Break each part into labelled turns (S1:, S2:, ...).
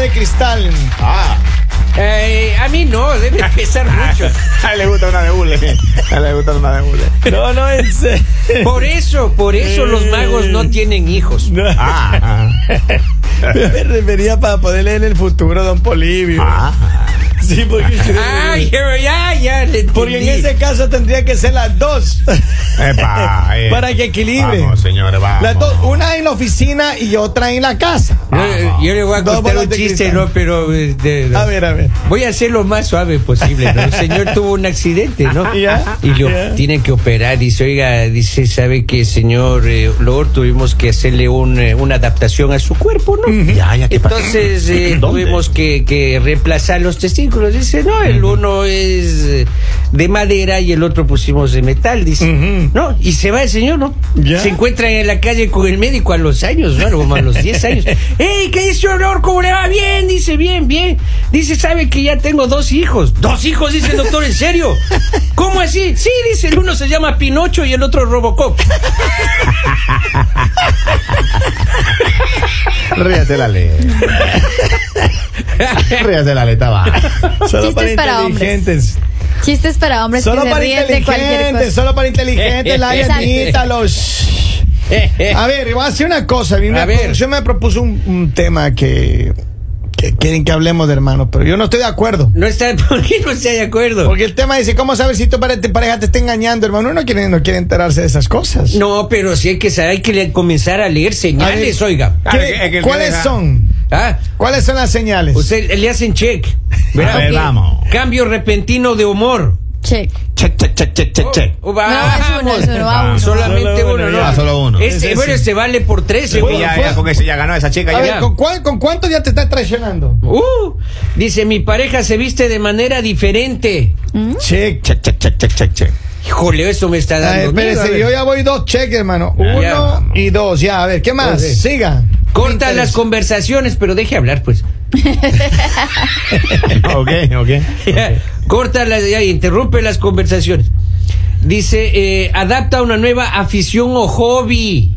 S1: de cristal.
S2: Ah.
S3: Eh, a mí no, debe pesar mucho.
S2: A él le gusta una de hule. A él le gusta una de hule.
S1: No, no, en serio.
S3: Por eso, por eso los magos no tienen hijos.
S1: No,
S2: Ah.
S1: Me refería para poder leer el futuro, don Polivio.
S2: Ah.
S1: Sí, porque,
S3: Ay, Ah, ya, ya, le
S1: Eh. porque en
S3: entendí.
S1: ese caso tendría que ser las dos.
S2: Epa, eh.
S1: Para que equilibre.
S2: Vamos, señores, vamos.
S1: Las dos, una en la oficina y otra en la casa.
S3: No, eh, yo le voy a
S1: Dos
S3: contar
S1: bolas
S3: un
S1: de
S3: chiste,
S1: cristal.
S3: ¿no? Pero eh, de-
S1: A ver, a ver.
S3: voy a hacer lo más suave posible. ¿no? El señor tuvo un accidente, ¿no?
S1: Ya,
S3: Y lo
S1: ya.
S3: tienen que operar. Dice, oiga, dice, ¿sabe que señor eh, Lord? Tuvimos que hacerle un, eh, una adaptación a su cuerpo, ¿no?
S2: Ya, ya, ¿qué pasó?
S3: Entonces eh,
S2: ¿Dónde?
S3: tuvimos que, que reemplazar los testículos. Dice, no, el uno es eh, de madera y el otro pusimos de metal, dice.
S1: Ujú.
S3: No, y se va el señor, ¿no?
S1: Ya.
S3: Se encuentra en la calle con el médico a los años, ¿no? Como a los 10 años. ¡Ey, qué dice honor! ¿Cómo le va? Bien, dice, bien, bien. Dice, ¿sabe que ya tengo dos hijos? ¿Dos hijos? Dice el doctor, ¿en serio? ¿Cómo así? Sí, dice, el uno se llama Pinocho y el otro Robocop.
S2: Ríase la ley. Ríase la ley, estaba.
S1: Solo
S4: Chistes para hombres.
S1: inteligentes.
S4: Chistes para hombres
S1: Solo
S4: que se
S1: para
S4: ríen de cualquier
S1: inteligentes,
S4: cosa.
S1: solo para inteligentes, la
S4: Exacto.
S1: llanita, los. A ver, voy a hacer una cosa. A mí me
S3: A ver.
S1: producción me propuso un, un tema que, que quieren que hablemos de hermano, pero yo no estoy de acuerdo.
S3: No está, ¿Por qué no está de acuerdo?
S1: Porque el tema dice, ¿cómo saber si tu pare- tu pareja te está engañando, hermano? Uno no quiere, no quiere enterarse de esas cosas.
S3: No, pero sí hay que saber, hay que le- comenzar a leer
S1: A ver,
S3: señales, oiga.
S1: ¿qué-
S2: A ver, Ah, es que el
S1: ¿Cuáles
S2: que deja-
S1: son?
S3: Ah,
S1: ¿Cuáles son las señales?
S3: usted le hacen check.
S2: A
S3: ¿verdad?
S2: ver,
S3: Ok.
S2: vamos.
S3: Cambio repentino de humor.
S4: Check.
S2: Che, che, che, che, che, che.
S3: Oh, Ah,
S4: No, es uno, es uno, va
S2: Vamos.
S4: uno.
S3: Solamente
S1: Solo
S3: uno,
S1: Ah, uno,
S3: ¿no?
S2: ya, solo uno.
S3: Este,
S1: Es
S3: bueno,
S1: ese.
S3: este vale por tres,
S2: Y
S3: seguro.
S2: ya, ya, con ese ya ganó esa chica.
S1: A
S2: Ya,
S1: ver, ¿con, cuál- ¿con cuánto ya te estás traicionando?
S3: Uh, dice, mi pareja se viste de manera diferente.
S4: Mm.
S1: Check.
S2: Che, che, che, che, che, che.
S3: Híjole, eso me está
S1: A ver,
S3: dando miedo, a
S1: espérese,
S3: ver.
S1: yo ya voy dos cheques, hermano. Uno
S3: Ya, vamos.
S1: y dos, ya. A ver, ¿qué más?
S3: Entonces,
S1: Siga.
S3: Corta
S1: Me
S3: las
S1: interesa.
S3: conversaciones, pero deje hablar, pues.
S2: Ok, ok.
S3: Corta las, ya, interrumpe las conversaciones. Dice, eh, adapta una nueva afición o hobby.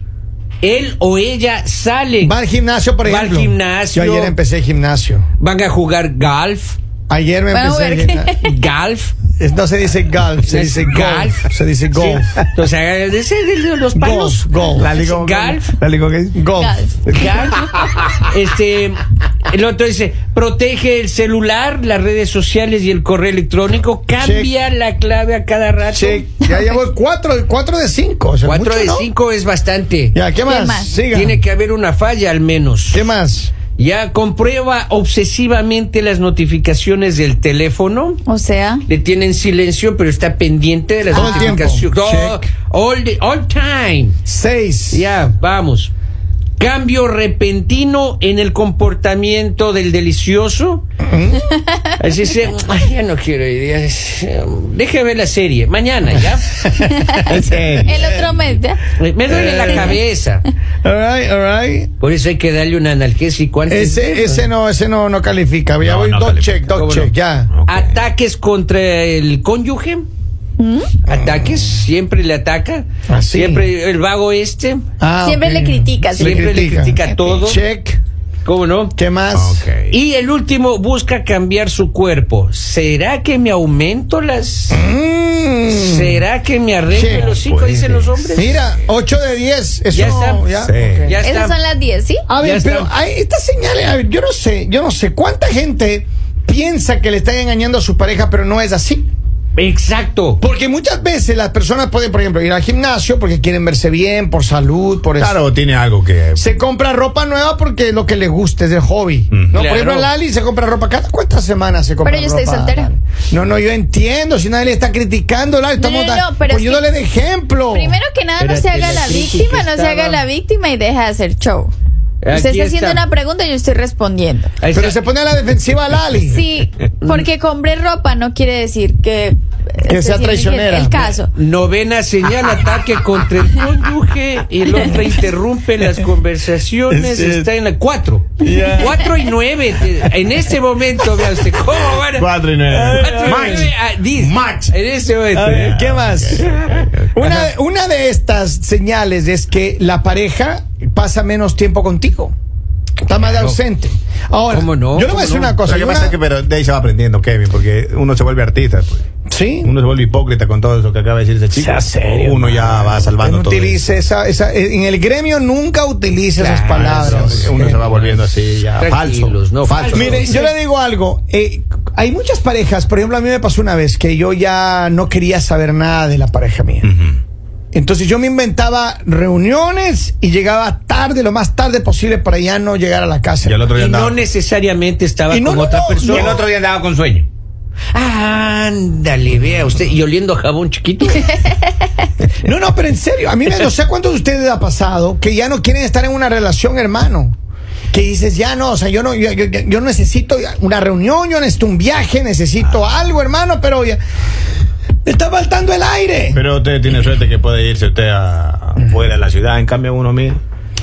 S3: Él o ella salen.
S1: Va al gimnasio, por
S3: Va al
S1: ejemplo.
S3: gimnasio.
S1: Yo ayer empecé gimnasio.
S3: Van a jugar golf.
S1: Ayer me
S4: Bueno,
S1: empecé
S4: a ver,
S1: el
S4: ¿qué?
S1: gimnasio.
S3: Golf.
S1: Es- No se dice golf, se
S3: Es
S1: dice golf.
S3: golf.
S1: Se dice golf.
S3: Sí. Entonces, agradece de- de los palos.
S1: Golf, golf.
S2: La ligo.
S3: Golf.
S2: La ligo que es.
S1: Golf.
S4: Golf.
S3: Golf. Este, el otro dice, protege el celular, las redes sociales y el correo electrónico. Cambia la clave a cada rato.
S1: Check. Ya llevo cuatro, cuatro de cinco. o sea,
S3: Cuatro
S1: mucho,
S3: de
S1: ¿no?
S3: cinco es bastante.
S1: Ya, ¿qué más?
S4: más?
S1: Siga.
S3: Tiene que haber una falla al menos.
S1: ¿Qué más?
S3: Ya comprueba obsesivamente las notificaciones del teléfono.
S4: O sea,
S3: Le tienen silencio, pero está pendiente de las
S1: Todo el tiempo.
S3: notificaciones. Todo-
S1: Check.
S3: all, the- all time.
S1: Seis.
S3: Ya, vamos. Cambio repentino en el comportamiento del delicioso. Así se. Ay, ya no quiero ir. ya es- Deje ver la serie. Mañana, ¿ya?
S2: Ese.
S4: el otro mes. ¿ya?
S3: Me duele
S1: Eh.
S3: la cabeza.
S1: All right, all right.
S3: Por eso hay que darle un analgésico antes.
S1: Ese, ese no, ese no, no califica. Ya
S2: No,
S1: voy
S2: no
S1: dos
S2: califica.
S1: check, dos
S3: pues. ¿Cómo no?
S1: check, ya.
S2: Ok.
S3: Ataques contra el cónyuge.
S4: ¿Mm?
S3: Ataques, siempre le ataca.
S1: Ah, sí.
S3: Siempre el vago este.
S1: Ah,
S4: Siempre
S1: ok.
S4: le criticas.
S3: Siempre le critica todo.
S1: Check.
S3: ¿Cómo no?
S1: ¿Qué más?
S2: Ok.
S3: Y el último busca cambiar su cuerpo. ¿Será que me aumento las?
S1: Mm.
S3: ¿Será que me arreglo
S1: Sí.
S3: los cinco? Dicen los hombres.
S1: Mira, 8 de 10. Eso
S3: Ya está.
S1: ya.
S2: Sí.
S3: Ya
S4: Esas
S3: está. Ah,
S4: son las 10, ¿sí?
S1: A ver,
S3: Ya
S1: pero
S3: está.
S1: hay estas señales. A ver, yo no sé, yo no sé cuánta gente piensa que le está engañando a su pareja, pero no es así.
S3: Exacto.
S1: Porque muchas veces las personas pueden, por ejemplo, ir al gimnasio porque quieren verse bien, por salud, por eso.
S2: Claro, tiene algo que.
S1: Se compra ropa nueva porque es lo que le gusta, es el hobby.
S2: Mm.
S1: No,
S3: Claro.
S1: por ejemplo, Lali se compra ropa cada cuántas semanas se compra
S4: Pero yo estoy
S1: ropa,
S4: soltera.
S1: Lali? No, no, yo entiendo, si nadie le está criticando, Lali,
S4: No, no,
S1: estamos da- pues
S4: no, pero es que-
S1: poniéndole de ejemplo.
S4: Primero que nada, no se
S3: Espérate,
S4: haga
S3: la
S4: la
S3: crítica
S4: víctima, no se
S3: estaba-
S4: haga la víctima y deja de hacer show.
S3: Aquí
S4: Usted está haciendo
S3: está.
S4: una pregunta y yo estoy respondiendo.
S3: Ahí está.
S1: Pero se pone a la defensiva Lali.
S4: Sí, porque compré ropa no quiere decir que eh,
S1: Que sea
S4: se siente
S1: traicionera.
S4: El caso.
S3: Novena señal, ataque contra el cónyuge y el otro interrumpe las conversaciones.
S2: Sí.
S3: Está en la cuatro.
S2: Ya.
S3: Cuatro y nueve. En este momento, vea usted, ¿cómo van? a-
S2: 4 y 9.
S3: Cuatro y nueve a diez.
S2: Match.
S3: En este momento.
S1: A ver, ¿qué
S2: Ah,
S1: más? Una, una de estas señales es que la pareja pasa menos tiempo contigo. Está más de
S3: Claro.
S1: ausente. Ahora,
S3: ¿Cómo no?
S1: yo le voy a
S3: ¿Cómo
S1: decir
S3: no?
S1: una cosa.
S2: Lo que
S1: yo
S2: pasa
S1: una-
S2: es que pero de ahí se va aprendiendo, Kevin, porque uno se vuelve artista. pues.
S1: Sí.
S2: Uno se vuelve hipócrita con todo eso que acaba de decir ese chico.
S3: Sea serio,
S2: uno ya va salvando
S1: No
S2: todo.
S1: utilice esa, esa- en el gremio nunca utilice esas
S3: Claro,
S1: palabras.
S2: eso. Uno se va volviendo así ya
S3: Tranquilos,
S2: falso.
S3: no, falso.
S1: Mire, yo le digo algo. eh, hay muchas parejas, por ejemplo, a mí me pasó una vez que yo ya no quería saber nada de la pareja mía. Entonces yo me inventaba reuniones y llegaba tarde, lo más tarde posible para ya no llegar a la casa.
S2: Y al otro
S3: Y
S2: día andaba.
S3: no necesariamente estaba
S1: Y no,
S3: con
S1: no,
S3: otra
S1: no,
S3: persona.
S1: y el
S5: otro día andaba con sueño.
S3: Ándale, vea usted. Y oliendo a jabón chiquito.
S1: No, no, pero en serio, a mí me, no sé cuántos de ustedes ha pasado que ya no quieren estar en una relación, hermano. Que dices, ya no, o sea, yo no, yo, yo- yo necesito una reunión, yo necesito un viaje, necesito
S3: Ah.
S1: algo, hermano, pero ya. Me está faltando el aire.
S2: Pero usted tiene suerte que puede irse usted a, fuera de la ciudad. En cambio, uno mismo.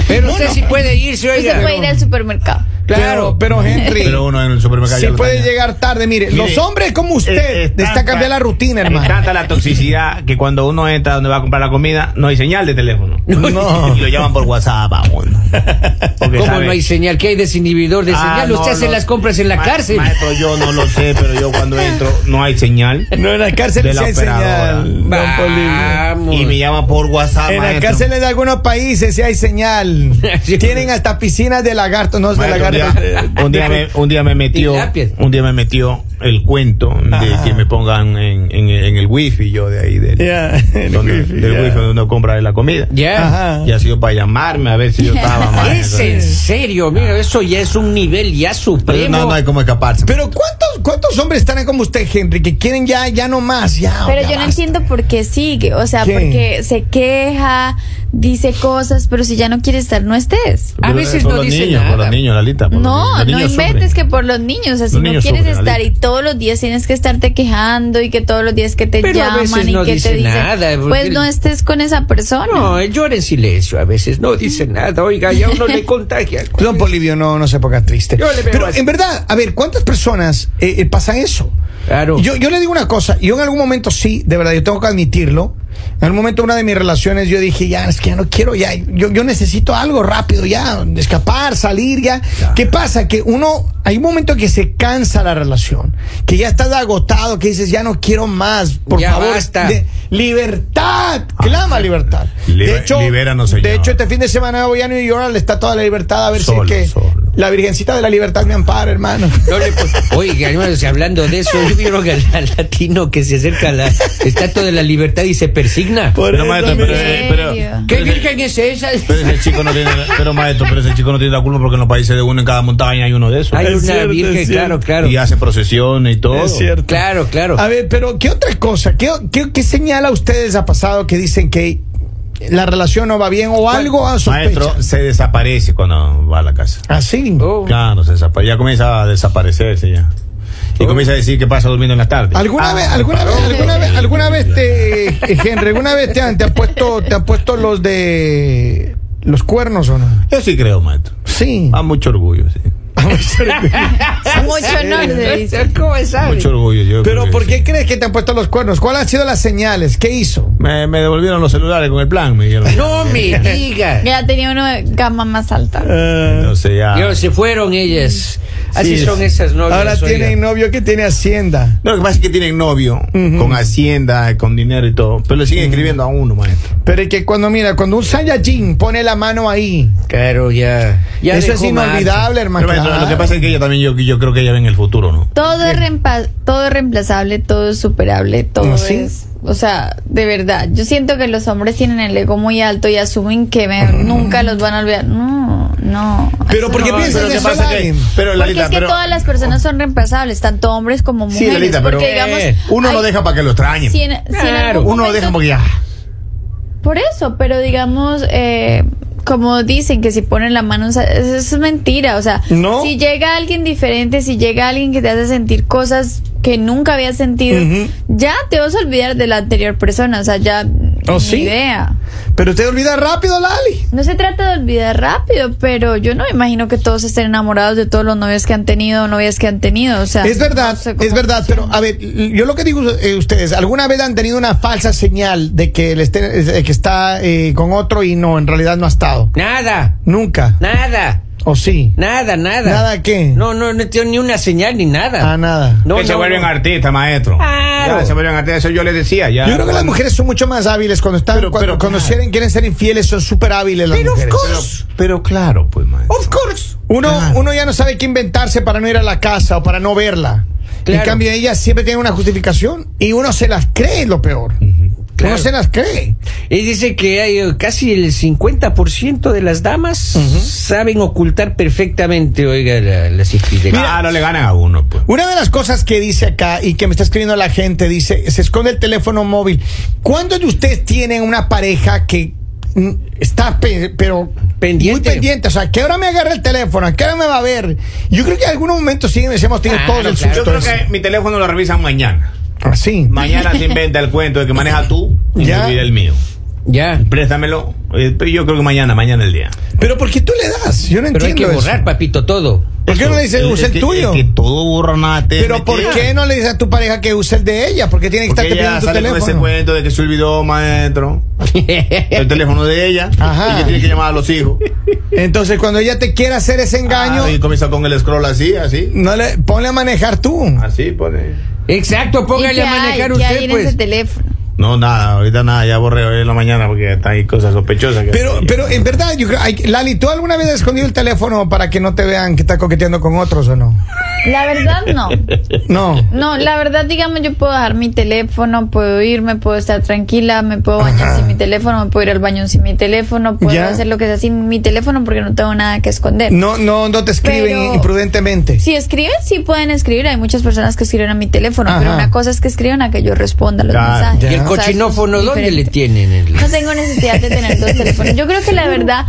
S3: Pero usted sí puede irse, oiga.
S4: Usted puede ir al supermercado.
S1: claro, pero Henry.
S2: Pero uno en el supermercado.
S1: Si
S2: ya lo
S1: puede
S2: daña.
S1: llegar tarde, mire,
S2: Eh, Mire,
S1: los hombres como usted
S2: Eh, es
S1: está
S2: tanta-
S1: cambiando la rutina,
S2: Es
S1: hermano.
S2: tanta la toxicidad que cuando uno entra donde va a comprar la comida, no hay señal de teléfono.
S1: No.
S2: Y lo llaman por WhatsApp a uno. Porque
S3: ¿Cómo
S2: sabe-
S3: no hay señal? ¿Qué hay desinhibidor de
S2: Ah,
S3: señal?
S2: no,
S3: usted hace
S2: lo-
S3: las compras en la
S2: Ma-
S3: cárcel.
S2: Maestro, yo no lo sé, pero yo cuando entro no hay señal.
S1: No, en la cárcel
S2: De
S1: sí
S2: la
S1: hay
S2: operadora.
S1: señal. don Polibio.
S3: Vamos.
S2: Y me llaman por WhatsApp.
S1: En las
S2: maestro. pues.
S1: cárceles de algunos países sí hay señal.
S3: Sí.
S1: Tienen hasta piscinas de lagarto, no es de
S2: Maestro, un,
S1: lagarto.
S2: día, eh, un día me, un día me metió
S3: Tilapias.
S2: un día me metió el cuento de
S1: Ajá.
S2: que me pongan en, en- en el wifi yo de ahí del,
S1: Ya, el
S2: donde,
S1: wifi,
S2: del
S1: ya.
S2: wifi donde uno compra la comida
S3: Ya.
S1: Ajá.
S2: y ha sido para llamarme a ver si yo estaba mal
S3: Es en serio, mira, eso ya es un nivel ya
S2: Pero
S3: supremo.
S2: no, no hay como escaparse
S1: Pero ¿cuántos, cuántos hombres están ahí como usted, Henry, que quieren ya, ya no más, ya?
S4: Pero
S1: ya
S4: yo no
S1: basta?
S4: entiendo por qué sigue. O sea,
S1: ¿Qué?
S4: porque se queja, dice cosas, pero si ya no quieres estar, no estés.
S3: a
S2: Pero
S3: veces
S2: por
S3: no
S2: los
S3: dice
S2: niños,
S3: nada.
S2: por los niños Lalita por los niños.
S4: No,
S2: Los
S4: no
S2: niños sufren.
S4: inventes que por los niños. O sea, si
S2: Los
S4: no
S2: niños
S4: quieres
S2: sufren,
S4: estar y
S2: Lalita.
S4: todos los días tienes que estarte quejando y que todos los días que te
S3: Pero a
S4: llaman
S3: veces
S4: y
S3: no
S4: que
S3: dice
S4: te dicen,
S3: nada, porque-
S4: pues no estés con esa persona.
S3: Ah, No, él llora en silencio a veces, no dice nada. Oiga, ya uno le contagia.
S1: Don Polivio, no, no se ponga triste.
S3: Yo le veo
S1: Pero
S3: así.
S1: en verdad, a ver, ¿cuántas personas eh, eh, pasa eso?
S3: Claro.
S1: Yo, yo le digo una cosa, yo en algún momento sí, de verdad, yo tengo que admitirlo. En algún momento una de mis relaciones yo dije, ya, es que ya no quiero, ya, yo, yo necesito algo rápido, ya, escapar, salir, ya.
S2: Ya.
S1: ¿Qué pasa? Que uno, hay un momento que se cansa la relación, que ya estás agotado, que dices, ya no quiero más, por
S3: Ya
S1: favor.
S3: basta. Ah,
S1: de- libertad, clama libertad.
S2: Liber-
S1: de hecho,
S2: libéranos, señor.
S1: de hecho, este fin de semana voy a New York, le está toda la libertad, a ver
S2: Solo,
S1: si es que
S2: solo.
S1: la Virgencita de la Libertad me ampara, hermano.
S3: No le pon- Oiga, hermano, si hablando de eso, yo creo que al al latino que se acerca a la estatua de la libertad y se persigna.
S1: Por
S2: Pero,
S1: eso
S2: maestro,
S1: me-
S2: pero, eh, pero-
S4: serio?
S3: ¿Qué virgen es esa?
S2: pero ese chico no tiene pero maestro pero ese chico no tiene la culpa porque en los países de uno en cada montaña hay uno de esos
S3: Hay
S1: Es
S3: una
S1: cierto,
S3: virgen,
S1: es
S3: claro,
S1: cierto.
S3: claro.
S2: y hace procesiones y todo
S1: Es cierto.
S3: Claro, claro.
S1: A ver, pero ¿qué otra cosa? ¿Qué, qué, qué señal a ustedes ha pasado que dicen que la relación no va bien o algo Ah, a sospecha?
S2: Maestro se desaparece cuando va a la casa.
S1: Así.
S3: Oh.
S2: Claro, se desapa- Ya comienza a desaparecerse ya. Y comienza a decir que pasa durmiendo en las tardes.
S1: Oh. ¿Alguna
S2: Ah,
S1: vez, alguna vez,
S2: paró.
S1: alguna vez, alguna vez te, eh, Henry, alguna vez te han, te han puesto, te han puesto los de los cuernos o no?
S2: Yo sí creo, maestro.
S1: Sí.
S2: A Ah, mucho orgullo, sí.
S4: Mucho honor, se dice.
S3: ¿Cómo sabe?
S2: Mucho orgullo. yo creo
S1: Pero
S2: que
S1: ¿por qué
S2: sí.
S1: crees que te han puesto los cuernos? ¿Cuáles han sido las señales? ¿Qué hizo?
S2: Me, me devolvieron los celulares con el plan, me dijeron.
S3: No me diga.
S4: Ya tenía uno de gama más alta.
S2: Entonces ya.
S3: Dios, se fueron ellas. Así
S2: Eh, Sí,
S3: son
S2: sí.
S3: esas novias.
S1: Ah. Mm. Ahora
S3: oiga.
S1: tienen novio que tiene hacienda.
S2: No, lo que pasa es que tienen novio, con hacienda, con dinero y todo. Pero le siguen escribiendo a uno, maestro.
S1: Pero es que cuando mira, cuando un Saiyajin pone la mano ahí,
S3: Claro, ya. ya
S1: eso es
S3: dejó
S1: inolvidable,
S2: Pero,
S1: hermano.
S2: maestro, lo que pasa es que ella también, yo, yo creo que ella ve en el futuro, ¿no?
S4: Todo es, reempa- todo es reemplazable, todo es superable,
S2: ¿Ah,
S4: todo
S1: ¿Sí?
S4: es... O sea, de verdad, yo siento que los hombres tienen el ego muy alto y asumen que me- nunca los van a olvidar. No, no.
S1: Pero ¿por qué
S4: No,
S1: piensas
S2: Mm. pero
S1: en
S2: lo que
S1: eso,
S2: pasa es que-
S1: Larin?
S2: pero,
S4: Porque
S2: Lalita,
S4: es que
S2: pero-
S4: todas las personas son reemplazables, tanto hombres como
S2: Sí,
S4: mujeres.
S2: Lalita, pero-
S4: porque, digamos,
S3: Eh,
S2: Uno lo
S4: hay-
S2: deja para que lo extrañen.
S4: si en- si en algún
S3: Claro.
S2: Uno lo
S4: momento-
S2: deja porque ya.
S4: Por eso, pero digamos, eh, como dicen que si ponen la mano, o sea, eso es mentira. O sea,
S1: No.
S4: si llega alguien diferente, si llega alguien que te hace sentir cosas que nunca habías sentido,
S1: Ujú.
S4: ya te vas a olvidar de la anterior persona. O sea, ya
S1: Oh,
S4: ni
S1: ¿sí?
S4: idea.
S1: Pero usted olvida rápido, Lali.
S4: No se trata de olvidar rápido, pero yo no me imagino que todos estén enamorados de todos los novios que han tenido o novias que han tenido. O sea,
S1: es verdad,
S4: no sé cómo
S1: es verdad, pero a ver, yo lo que digo eh, ustedes, ¿alguna vez han tenido una falsa señal de que, le esté- eh, que está eh, con otro y no, en realidad no ha estado?
S3: Nada,
S1: Nunca.
S3: nada.
S1: ¿O sí?
S3: Nada, nada.
S1: ¿Nada qué?
S3: No, no, no tengo ni una señal ni nada.
S1: Ah, nada.
S3: No,
S2: que se
S3: no,
S2: vuelven
S3: no.
S2: artistas, maestro.
S3: Claro.
S2: Ya, se vuelven artistas, eso yo les decía. Ya.
S1: Yo creo que las mujeres son mucho más hábiles cuando están,
S2: Pero-
S1: cuando,
S2: pero-
S1: cuando
S2: claro.
S1: quieren, quieren ser infieles, son súper hábiles las
S3: Pero of
S1: mujeres.
S3: course.
S2: Pero claro, pues, maestro.
S3: Of course.
S1: Uno,
S2: Claro.
S1: uno ya no sabe qué inventarse para no ir a la casa o para no verla.
S3: Claro.
S1: En cambio, ella siempre tiene una justificación y uno se las cree lo peor.
S3: Claro.
S1: Uno se las cree.
S3: Y dice que hay eh, casi el 50% de las damas saben ocultar perfectamente, oiga, la- las infidelidades.
S2: Claro, Ah, le ganan a uno, pues.
S1: Una de las cosas que dice acá y que me está escribiendo la gente, dice, se esconde el teléfono móvil. ¿Cuántos de ustedes tienen una pareja que mm, está pe- pero muy
S3: Pendiente.
S1: pendiente? O sea, ¿qué hora me agarra el teléfono? ¿A qué hora me va a ver? Yo creo que en algún momento sí hemos tenido
S3: Claro,
S1: todos el
S3: Ah, claro.
S1: susto.
S2: Yo creo
S1: ese. Ah,
S2: que mi teléfono lo revisan mañana.
S1: Así.
S2: Mañana se inventa el cuento de que maneja tú y
S1: Ya.
S2: me olvida el mío.
S3: Ya.
S2: Préstamelo. eh, pero Yo creo que mañana, mañana el día.
S1: Pero ¿por qué tú le das? Yo no
S3: Pero hay
S1: entiendo
S3: que
S1: eso.
S3: borrar, papito, todo.
S1: ¿Por qué no le dices,
S2: El-
S1: usa el,
S2: que-
S1: tuyo?
S2: que todo borra nada. te-
S1: Pero ¿por
S2: mentira.
S1: qué no le dices a tu pareja que use el de ella? Porque tiene que
S2: Porque
S1: estarte
S2: ella
S1: pidiendo tu
S2: sale con ese
S1: teléfono.
S2: cuento de que se olvidó, maestro. El teléfono de ella.
S1: Ajá.
S2: Y que tiene que llamar a los hijos.
S1: Entonces, cuando ella te quiera hacer ese engaño,
S2: Ah, y comienza con el scroll así, así.
S1: no le ponle a manejar tú.
S2: Así pues. pone.
S3: Exacto,
S4: ¿Y
S3: póngale
S4: qué
S3: a manejar
S4: hay? ¿Qué hay
S3: usted,
S4: en
S3: pues.
S4: ese teléfono?
S2: No, nada, ahorita nada, ya borré hoy en la mañana porque está ahí cosas sospechosas. que-
S1: Pero, pero en verdad, yo creo, ay, Lali, ¿tú alguna vez has escondido el teléfono para que no te vean que estás coqueteando con otros o no?
S4: La verdad, no.
S1: No.
S4: No, la verdad, digamos, yo puedo dejar mi teléfono, puedo irme, puedo estar tranquila, me puedo bañar sin mi teléfono, me puedo ir al baño sin mi teléfono, puedo
S1: Ya.
S4: hacer lo que sea sin mi teléfono porque no tengo nada que esconder.
S1: No, no, no te escriben
S4: Pero-
S1: imprudentemente.
S4: Si escriben, sí pueden escribir. Hay muchas personas que escriben a mi teléfono, pero
S1: Ajá.
S4: una cosa es que escriban a que yo responda a los
S2: Ya,
S4: mensajes.
S1: ya.
S3: ¿Y el
S1: Ah,
S4: O sea, eso es
S3: cochinófono dónde le
S4: diferente.
S3: tienen? El-
S4: No tengo necesidad de tener dos teléfonos. Yo creo que la verdad,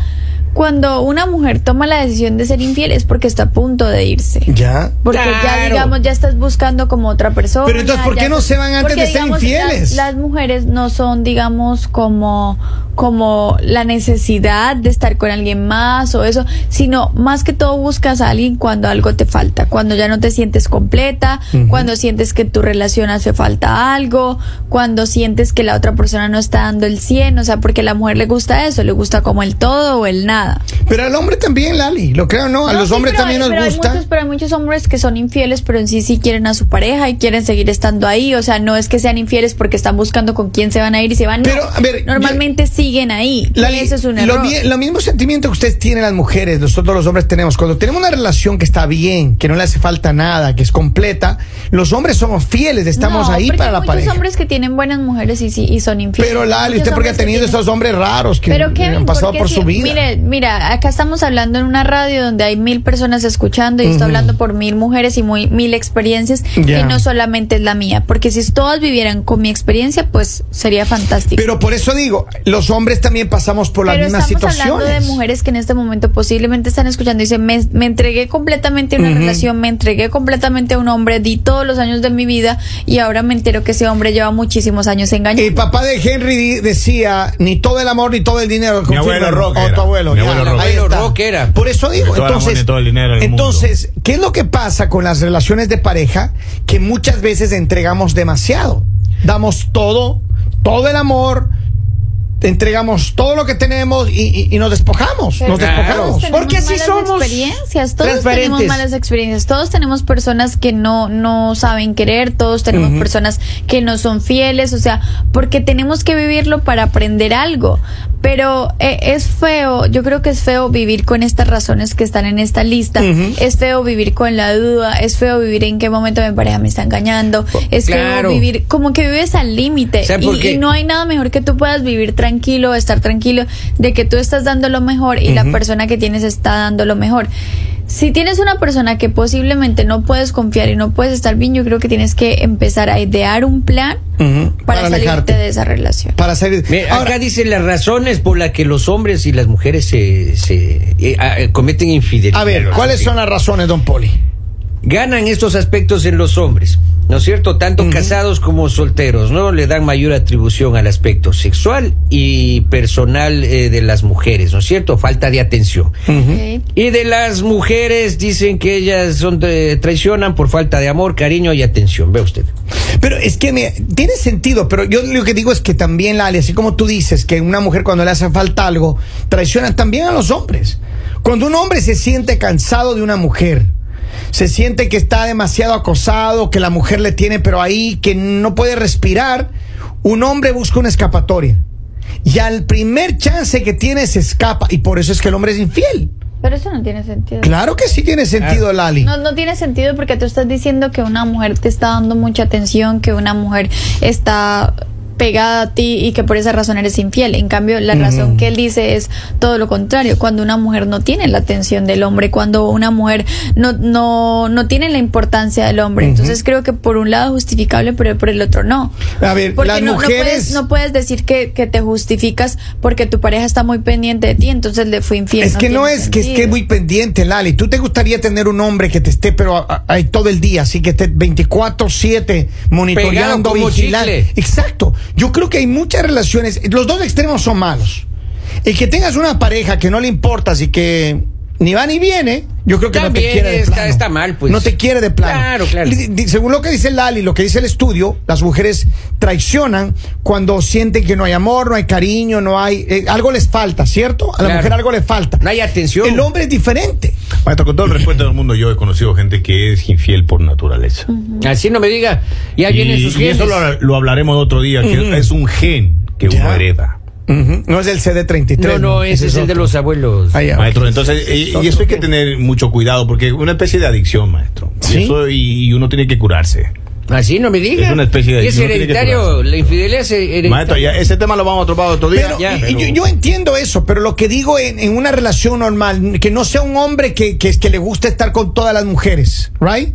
S4: cuando una mujer toma la decisión de ser infiel es porque está a punto de irse.
S1: Ya.
S4: Porque ya,
S3: Claro.
S4: digamos, ya estás buscando como otra persona.
S1: Pero entonces, ¿por
S4: ya
S1: qué no
S4: estás-
S1: se van antes
S4: porque,
S1: de ser
S4: digamos,
S1: infieles?
S4: Las, las mujeres no son, digamos, como, como la necesidad de estar con alguien más o eso, sino más que todo buscas a alguien cuando algo te falta, cuando ya no te sientes completa, cuando sientes que tu relación hace falta algo, cuando sientes que la otra persona no está dando el 100, o sea, porque a la mujer le gusta eso, le gusta como el todo o el nada.
S1: Pero al hombre también, Lali. Lo creo, ¿no? A
S4: No,
S1: los
S4: sí,
S1: hombres
S4: pero-
S1: también nos
S4: pero hay
S1: gusta.
S4: muchos- pero hay muchos hombres que son infieles, pero en sí sí quieren a su pareja y quieren seguir estando ahí. O sea, no es que sean infieles porque están buscando con quién se van a ir y se van. no.
S1: Pero, a ver,
S4: Normalmente siguen ahí.
S1: Lali,
S4: y eso es un
S1: lo
S4: error.
S1: mi- Lo, mismo sentimiento que ustedes tienen las mujeres, nosotros los hombres tenemos. Cuando tenemos una relación que está bien, que no le hace falta nada, que es completa, los hombres somos fieles, estamos
S4: No,
S1: ahí
S4: porque
S1: para la
S4: hay
S1: pareja.
S4: Muchos hombres que tienen buenas mujeres y, sí- y son infieles.
S1: Pero Lali,
S4: Muchos
S1: usted porque
S4: hombres
S1: ha
S4: que
S1: tenido
S4: tienen-
S1: estos hombres raros que
S4: Pero Kevin,
S1: han pasado
S4: qué
S1: por su
S4: si-
S1: vida.
S4: Mire, mira, acá estamos hablando en una radio donde hay mil personas escuchando y estoy hablando por mil mujeres y muy, mil experiencias
S1: Ya.
S4: y no solamente es la mía, porque si todas vivieran con mi experiencia, pues sería fantástico.
S1: Pero por eso digo, los hombres también pasamos por las
S4: Pero
S1: mismas
S4: estamos
S1: situaciones.
S4: hablando de mujeres que en este momento posiblemente están escuchando y dicen, me, me entregué completamente a una relación, me entregué completamente a un hombre, di todos los años de mi vida y ahora me entero que ese hombre lleva muchísimos años engañado.
S1: El papá de Henry di- decía, ni todo el amor ni todo el dinero. confirma,
S2: abuelo Rock
S1: O
S2: era.
S1: Oh, tu abuelo.
S2: Mi
S1: ya,
S2: abuelo Rock.
S1: ahí
S3: Abuelo
S1: está.
S3: Rock era.
S1: Por eso digo,
S2: Ni todo el amor,
S1: entonces,
S2: ni todo el dinero del
S1: entonces ¿qué es lo que pasa con las relaciones de pareja? Que muchas veces entregamos demasiado. Damos todo, todo el amor. Entregamos todo lo que tenemos y, y- y nos despojamos.
S4: Pero todos
S1: nos despojamos.
S4: tenemos
S3: Porque así
S4: malas
S3: somos
S4: Experiencias. Todos tenemos
S3: transparentes.
S4: malas experiencias. Todos tenemos personas que no, no saben querer. Todos tenemos personas que no son fieles. O sea, porque tenemos que vivirlo para aprender algo. Pero eh, es feo, yo creo que es feo vivir con estas razones que están en esta lista. Es feo vivir con la duda. Es feo vivir en qué momento mi pareja me está engañando. Es
S3: Pues, claro.
S4: feo vivir como que vives al límite.
S3: ¿Sabe por
S4: Y,
S3: qué?
S4: y no hay nada mejor que tú puedas vivir tranquilo, estar tranquilo, de que tú estás dando lo mejor y la persona que tienes está dando lo mejor. Si tienes una persona que posiblemente no puedes confiar y no puedes estar bien, yo creo que tienes que empezar a idear un plan
S1: Ujú,
S4: para,
S1: para
S4: salirte
S1: alejarte.
S4: de esa relación.
S1: Para salir.
S3: Mira,
S1: Ahora,
S3: acá dice las razones por las que los hombres y las mujeres se, se, eh, ah, eh, cometen infidelidad.
S1: a ver, ¿cuáles son las razones, don Poli?
S3: Ganan estos aspectos en los hombres, ¿no es cierto? Tanto casados como solteros, ¿no? Le dan mayor atribución al aspecto sexual y personal eh, de las mujeres, ¿no es cierto? Falta de atención.
S4: Ok.
S3: Y de las mujeres dicen que ellas son de- traicionan por falta de amor, cariño y atención. Ve usted.
S1: Pero es que mira, tiene sentido, pero yo lo que digo es que también, Lali, así como tú dices que una mujer cuando le hace falta algo, traiciona también a los hombres. Cuando un hombre se siente cansado de una mujer, se siente que está demasiado acosado, que la mujer le tiene pero ahí, que no puede respirar, un hombre busca una escapatoria. Y al primer chance que tiene se escapa. Y por eso es que el hombre es infiel.
S4: Pero eso no tiene sentido.
S1: Claro que sí tiene sentido, Lali.
S4: No, no tiene sentido porque tú estás diciendo que una mujer te está dando mucha atención, que una mujer está pegada a ti y que por esa razón eres infiel. En cambio, la razón que él dice es todo lo contrario. Cuando una mujer no tiene la atención del hombre, cuando una mujer no, no, no tiene la importancia del hombre. Entonces creo que por un lado justificable, pero por el otro no.
S1: A ver,
S4: Porque
S1: Eh, las
S4: no, no
S1: mujeres-
S4: puedes, no puedes decir que, que te justificas porque tu pareja está muy pendiente de ti, entonces le fue infiel.
S1: Es que no,
S4: tiene
S1: es que es que
S4: sentido.
S1: es muy pendiente, Lali. ¿Tú te gustaría tener un hombre que te esté, pero a- a- ahí todo el día, así que esté 24-7 monitoreando,
S3: Pegado como
S1: vigilante?
S3: chicle.
S1: Exacto. Yo creo que hay muchas relaciones. Los dos extremos son malos. El que tengas una pareja que no le importa, así que ni va ni viene, yo creo que no te
S3: También
S1: quiere de
S3: está-
S1: plano.
S3: está mal, pues.
S1: No te quiere de plano.
S3: Claro, claro.
S1: Li- di- Según lo que dice Lali, lo que dice el estudio, las mujeres traicionan cuando sienten que no hay amor, no hay cariño, no hay. eh, algo les falta, ¿cierto? A la
S3: Claro.
S1: mujer algo le falta.
S3: No hay atención.
S1: El hombre es diferente.
S2: Maestro, con todo el respeto del mundo, yo he conocido gente que es infiel por naturaleza.
S3: Así no me diga. Ya
S2: y,
S3: vienen sus
S2: y
S3: genes.
S2: eso lo, lo hablaremos otro día, que es un gen que uno
S1: Ya.
S2: hereda.
S1: No es el CD33.
S3: No, no, ese es el de los abuelos.
S1: Ah, ya,
S2: Maestro,
S1: ok.
S2: entonces, y, y eso hay que tener mucho cuidado, porque es una especie de adicción, maestro. Y
S1: ¿Sí?
S2: eso- y, y uno tiene que curarse.
S3: Así no me diga.
S2: Es una especie de-
S3: Y es
S2: no tiene que
S3: hereditario.
S2: curarse.
S3: La infidelidad es hereditaria.
S2: Maestro, ya, ese tema lo vamos a topar otro día.
S1: Pero,
S3: Ya,
S1: y- y
S2: pero-
S1: yo, yo entiendo eso, pero lo que digo en, en una relación normal, que no sea un hombre que, que, que le gusta estar con todas las mujeres, ¿right?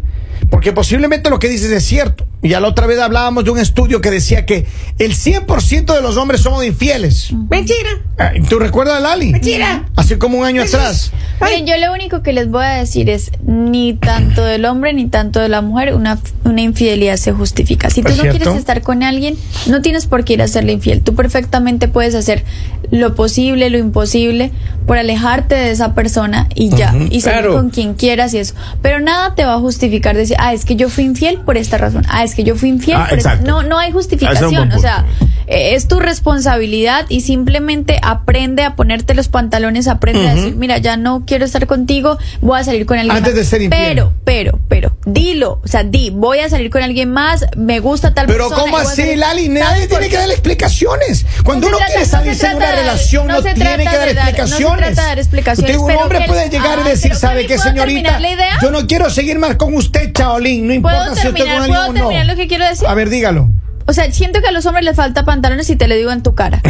S1: Porque posiblemente lo que dices es cierto. Y ya la otra vez hablábamos de un estudio que decía que el 100% de los hombres somos infieles.
S3: Mentira.
S1: Ah, ¿Tú recuerdas, Lali?
S3: Mentira.
S1: Hace como un año atrás.
S4: Miren, yo lo único que les voy a decir es ni tanto del hombre ni tanto de la mujer una, una infidelidad se justifica. Si tú
S1: Es
S4: no
S1: cierto.
S4: quieres estar con alguien, no tienes por qué ir a serle infiel. Tú perfectamente puedes hacer lo posible, lo imposible por alejarte de esa persona y ya y salir
S3: claro.
S4: con quien quieras y eso. Pero nada te va a justificar decir, "Ah, es que yo fui infiel por esta razón. Ah, es que yo fui infiel
S2: Ah,
S4: por esta-".
S2: exacto.
S4: No, no hay justificación,
S2: punto.
S4: o sea, eh, es tu responsabilidad y simplemente aprende a ponerte los pantalones, aprende a decir, mira, ya no quiero estar contigo, voy a salir con alguien
S1: Antes
S4: más.
S1: de ser infiel.
S4: Pero, pero, pero, dilo, o sea, di, voy a salir con alguien más, me gusta tal
S1: Pero
S4: persona.
S1: ¿cómo
S4: y voy a
S1: así,
S4: salir-
S1: Lali?
S4: ¿Sabes por
S1: Nadie tiene
S4: qué?
S1: que dar explicaciones. Cuando
S4: No se
S1: uno
S4: trata-
S1: quiere
S4: no
S1: salirse
S4: se
S1: de una
S4: trata de-
S1: relación,
S4: no
S1: no,
S4: se
S1: tiene
S4: trata
S1: que dar
S4: de dar- no se
S1: explicaciones.
S4: trata de dar explicaciones,
S1: Usted, un
S4: pero
S1: hombre
S4: que
S1: puede
S4: él-
S1: llegar
S4: Ah,
S1: y decir,
S4: pero
S1: ¿sabe
S4: Tony,
S1: qué,
S4: ¿puedo
S1: señorita?
S4: terminar la idea?
S1: Yo no quiero seguir más con usted, Chaolín. No importa si usted
S4: terminar?
S1: con alguien
S4: ¿Puedo
S1: o no.
S4: terminar lo que quiero decir?
S1: A ver, dígalo.
S4: O sea, siento que a los hombres les falta pantalones y te lo digo en tu cara.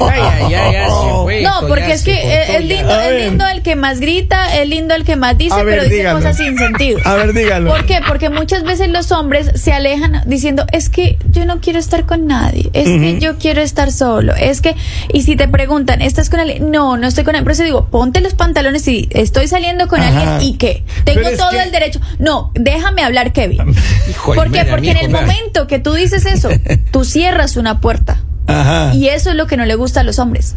S3: Ay, ay, ay, ya se fue,
S4: No,
S3: esto,
S4: porque
S3: ya
S4: es
S3: se
S4: que eh,
S3: cortó,
S4: es
S3: ya.
S4: lindo,
S1: A ver.
S4: es lindo el que más grita, es lindo el que más dice,
S1: A ver,
S4: pero dice
S1: dígalo.
S4: cosas sin sentido.
S1: A ver, dígalo.
S4: ¿Por qué? Porque muchas veces los hombres se alejan diciendo, es que yo no quiero estar con nadie, es que yo quiero estar solo, es que, y si te preguntan, ¿estás con alguien? No, no estoy con alguien, pero eso digo, ponte los pantalones y estoy saliendo con
S1: Ajá.
S4: alguien y qué, tengo
S1: Pero es
S4: todo
S1: que-
S4: el derecho. No, déjame hablar, Kevin.
S3: Híjole,
S4: ¿Por qué?
S3: mira,
S4: Porque en
S3: mijo,
S4: el
S3: vea.
S4: momento que tú dices eso, tú cierras una puerta.
S1: Ajá.
S4: Y eso es lo que no le gusta a los hombres.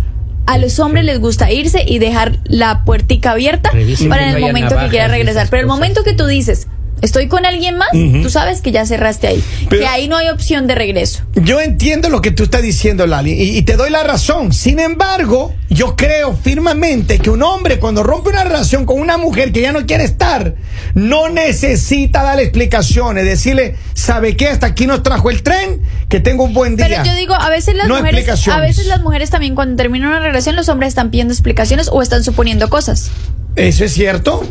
S4: A los hombres les gusta irse y dejar la puertica abierta
S3: Revisen que
S4: para en
S3: no
S4: el
S3: haya
S4: momento que
S3: navajas
S4: quiera
S3: y
S4: regresar.
S3: esas
S4: Pero el
S3: cosas.
S4: momento que tú dices, estoy con alguien más, tú sabes que ya cerraste ahí.
S1: Pero-
S4: que ahí no hay opción de regreso.
S1: Yo entiendo lo que tú estás diciendo, Lali, y, y te doy la razón. Sin embargo, yo creo firmemente que un hombre cuando rompe una relación con una mujer que ya no quiere estar, no necesita darle explicaciones, decirle, ¿sabe qué? Hasta aquí nos trajo el tren, que tengo un buen día.
S4: Pero yo digo, a veces las
S1: No
S4: mujeres, a
S1: explicaciones.
S4: veces las mujeres también cuando terminan una relación, los hombres están pidiendo explicaciones o están suponiendo cosas.
S1: ¿Eso es cierto?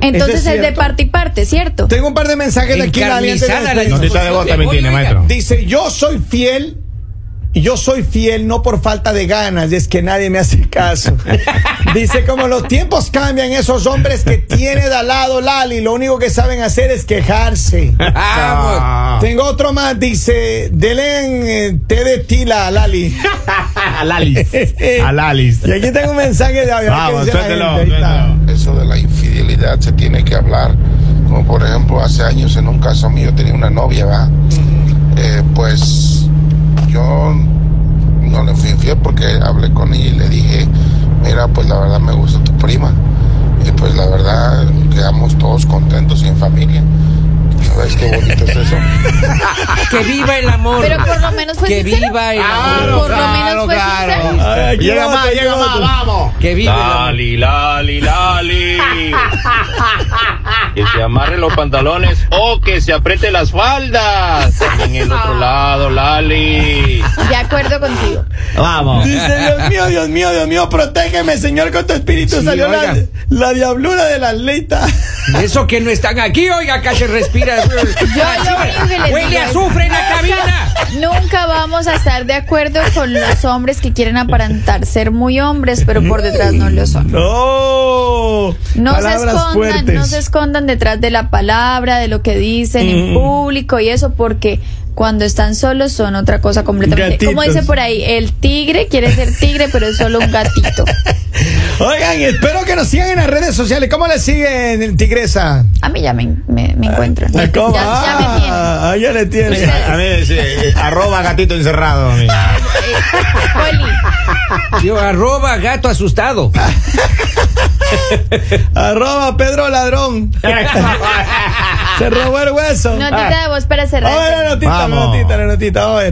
S4: Entonces es, de
S1: cierto.
S4: parte y parte, ¿cierto?
S1: Tengo un par de mensajes de aquí, Lali. antes de
S3: Encarnizada la
S1: despedirnos.
S2: Notita de voz también tiene,
S3: Oiga,
S2: maestro.
S1: Dice, yo soy fiel. y Yo soy fiel no por falta de ganas, es que nadie me hace caso. Dice, como los tiempos cambian, esos hombres que tiene de al lado Lali, lo único que saben hacer es quejarse.
S3: Vamos.
S2: Ah,
S1: Tengo otro más, dice, denle eh, té de tila a Lali.
S2: a Lalis. A Lalis.
S1: Y aquí tengo un mensaje de a ver qué
S2: Vamos,
S1: dice la
S2: suéltelo,
S1: gente. Ahí está.
S2: suéltelo.
S5: Eso de la infidelidad se tiene que hablar. Como por ejemplo, hace años en un caso mío tenía una novia, ¿va? Eh, pues yo no le fui infiel porque hablé con ella y le dije, mira, pues la verdad me gusta tu prima. Y pues la verdad quedamos todos contentos y en familia. ¿Sabes qué bonito es eso?
S3: Que viva el amor.
S4: Pero por lo menos fue
S3: que
S4: sincero.
S3: viva el
S4: Claro,
S3: amor.
S4: por lo menos fue sincero.
S2: Ay,
S3: aquí
S2: Llega
S3: otro,
S2: más,
S3: aquí
S2: llega más,
S3: otro.
S2: vamos.
S3: Que vive la-
S6: Lali, lali, lali. Que se amarren los pantalones o que se apriete las faldas. En el otro lado, lali.
S4: De acuerdo contigo.
S2: Vamos.
S1: Dice, Dios mío, Dios mío, Dios mío, protégeme, Señor, con tu espíritu.
S3: Sí,
S1: Salió la,
S3: oiga.
S1: la diablura de la leita.
S3: Eso que no están aquí, oiga, acá se respira.
S4: Yo lo único que les
S3: Huele
S4: digo
S3: a
S4: es-
S3: azufre en la cabina.
S4: Nunca vamos a estar de acuerdo con los hombres que quieren aparentar ser muy hombres, pero por detrás no lo son.
S1: No.
S4: No se, escondan, no se escondan detrás de la palabra, de lo que dicen
S1: Mm.
S4: en público y eso, porque cuando están solos son otra cosa completamente. Como
S1: Gatitos.
S4: dice por ahí, el tigre quiere ser tigre, pero es solo un gatito.
S1: Oigan, espero que nos sigan en las redes sociales. ¿Cómo le siguen, Tigresa?
S4: A mí ya me, me- me encuentran. Ya,
S1: ¿Cómo?
S4: ya me tienen.
S1: Ah, ya le tiene.
S2: A mí es eh, arroba gatito encerrado. a mí.
S4: Oli,
S3: Yo arroba gato asustado.
S1: Arroba Pedro Ladrón. se robó el hueso.
S4: notita de voz para cerrar.
S1: Oye, la notita, la
S2: Vamos.
S1: notita, la notita, oye.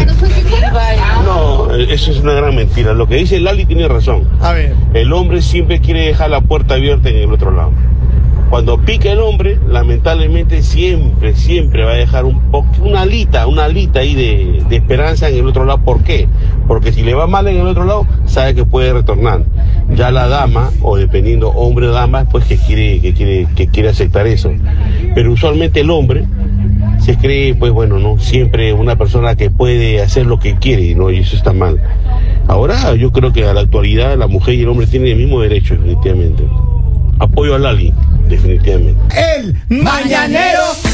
S7: No, eh, eso es una gran mentira. Lo que dice Lali tiene razón.
S1: A ver.
S7: El hombre siempre quiere dejar la puerta abierta en el otro lado. Cuando pica el hombre, lamentablemente siempre, siempre va a dejar un po- una alita, una alita ahí de, de esperanza en el otro lado. ¿Por qué? Porque si le va mal en el otro lado, sabe que puede retornar. Ya la dama, o dependiendo hombre o dama, pues que quiere, que quiere, que quiere aceptar eso. Pero usualmente el hombre se cree, pues bueno, ¿no? Siempre una persona que puede hacer lo que quiere, ¿no? Y eso está mal. Ahora yo creo que a la actualidad la mujer y el hombre tienen el mismo derecho, definitivamente. Apoyo a Lali, definitivamente.
S1: El Mañanero.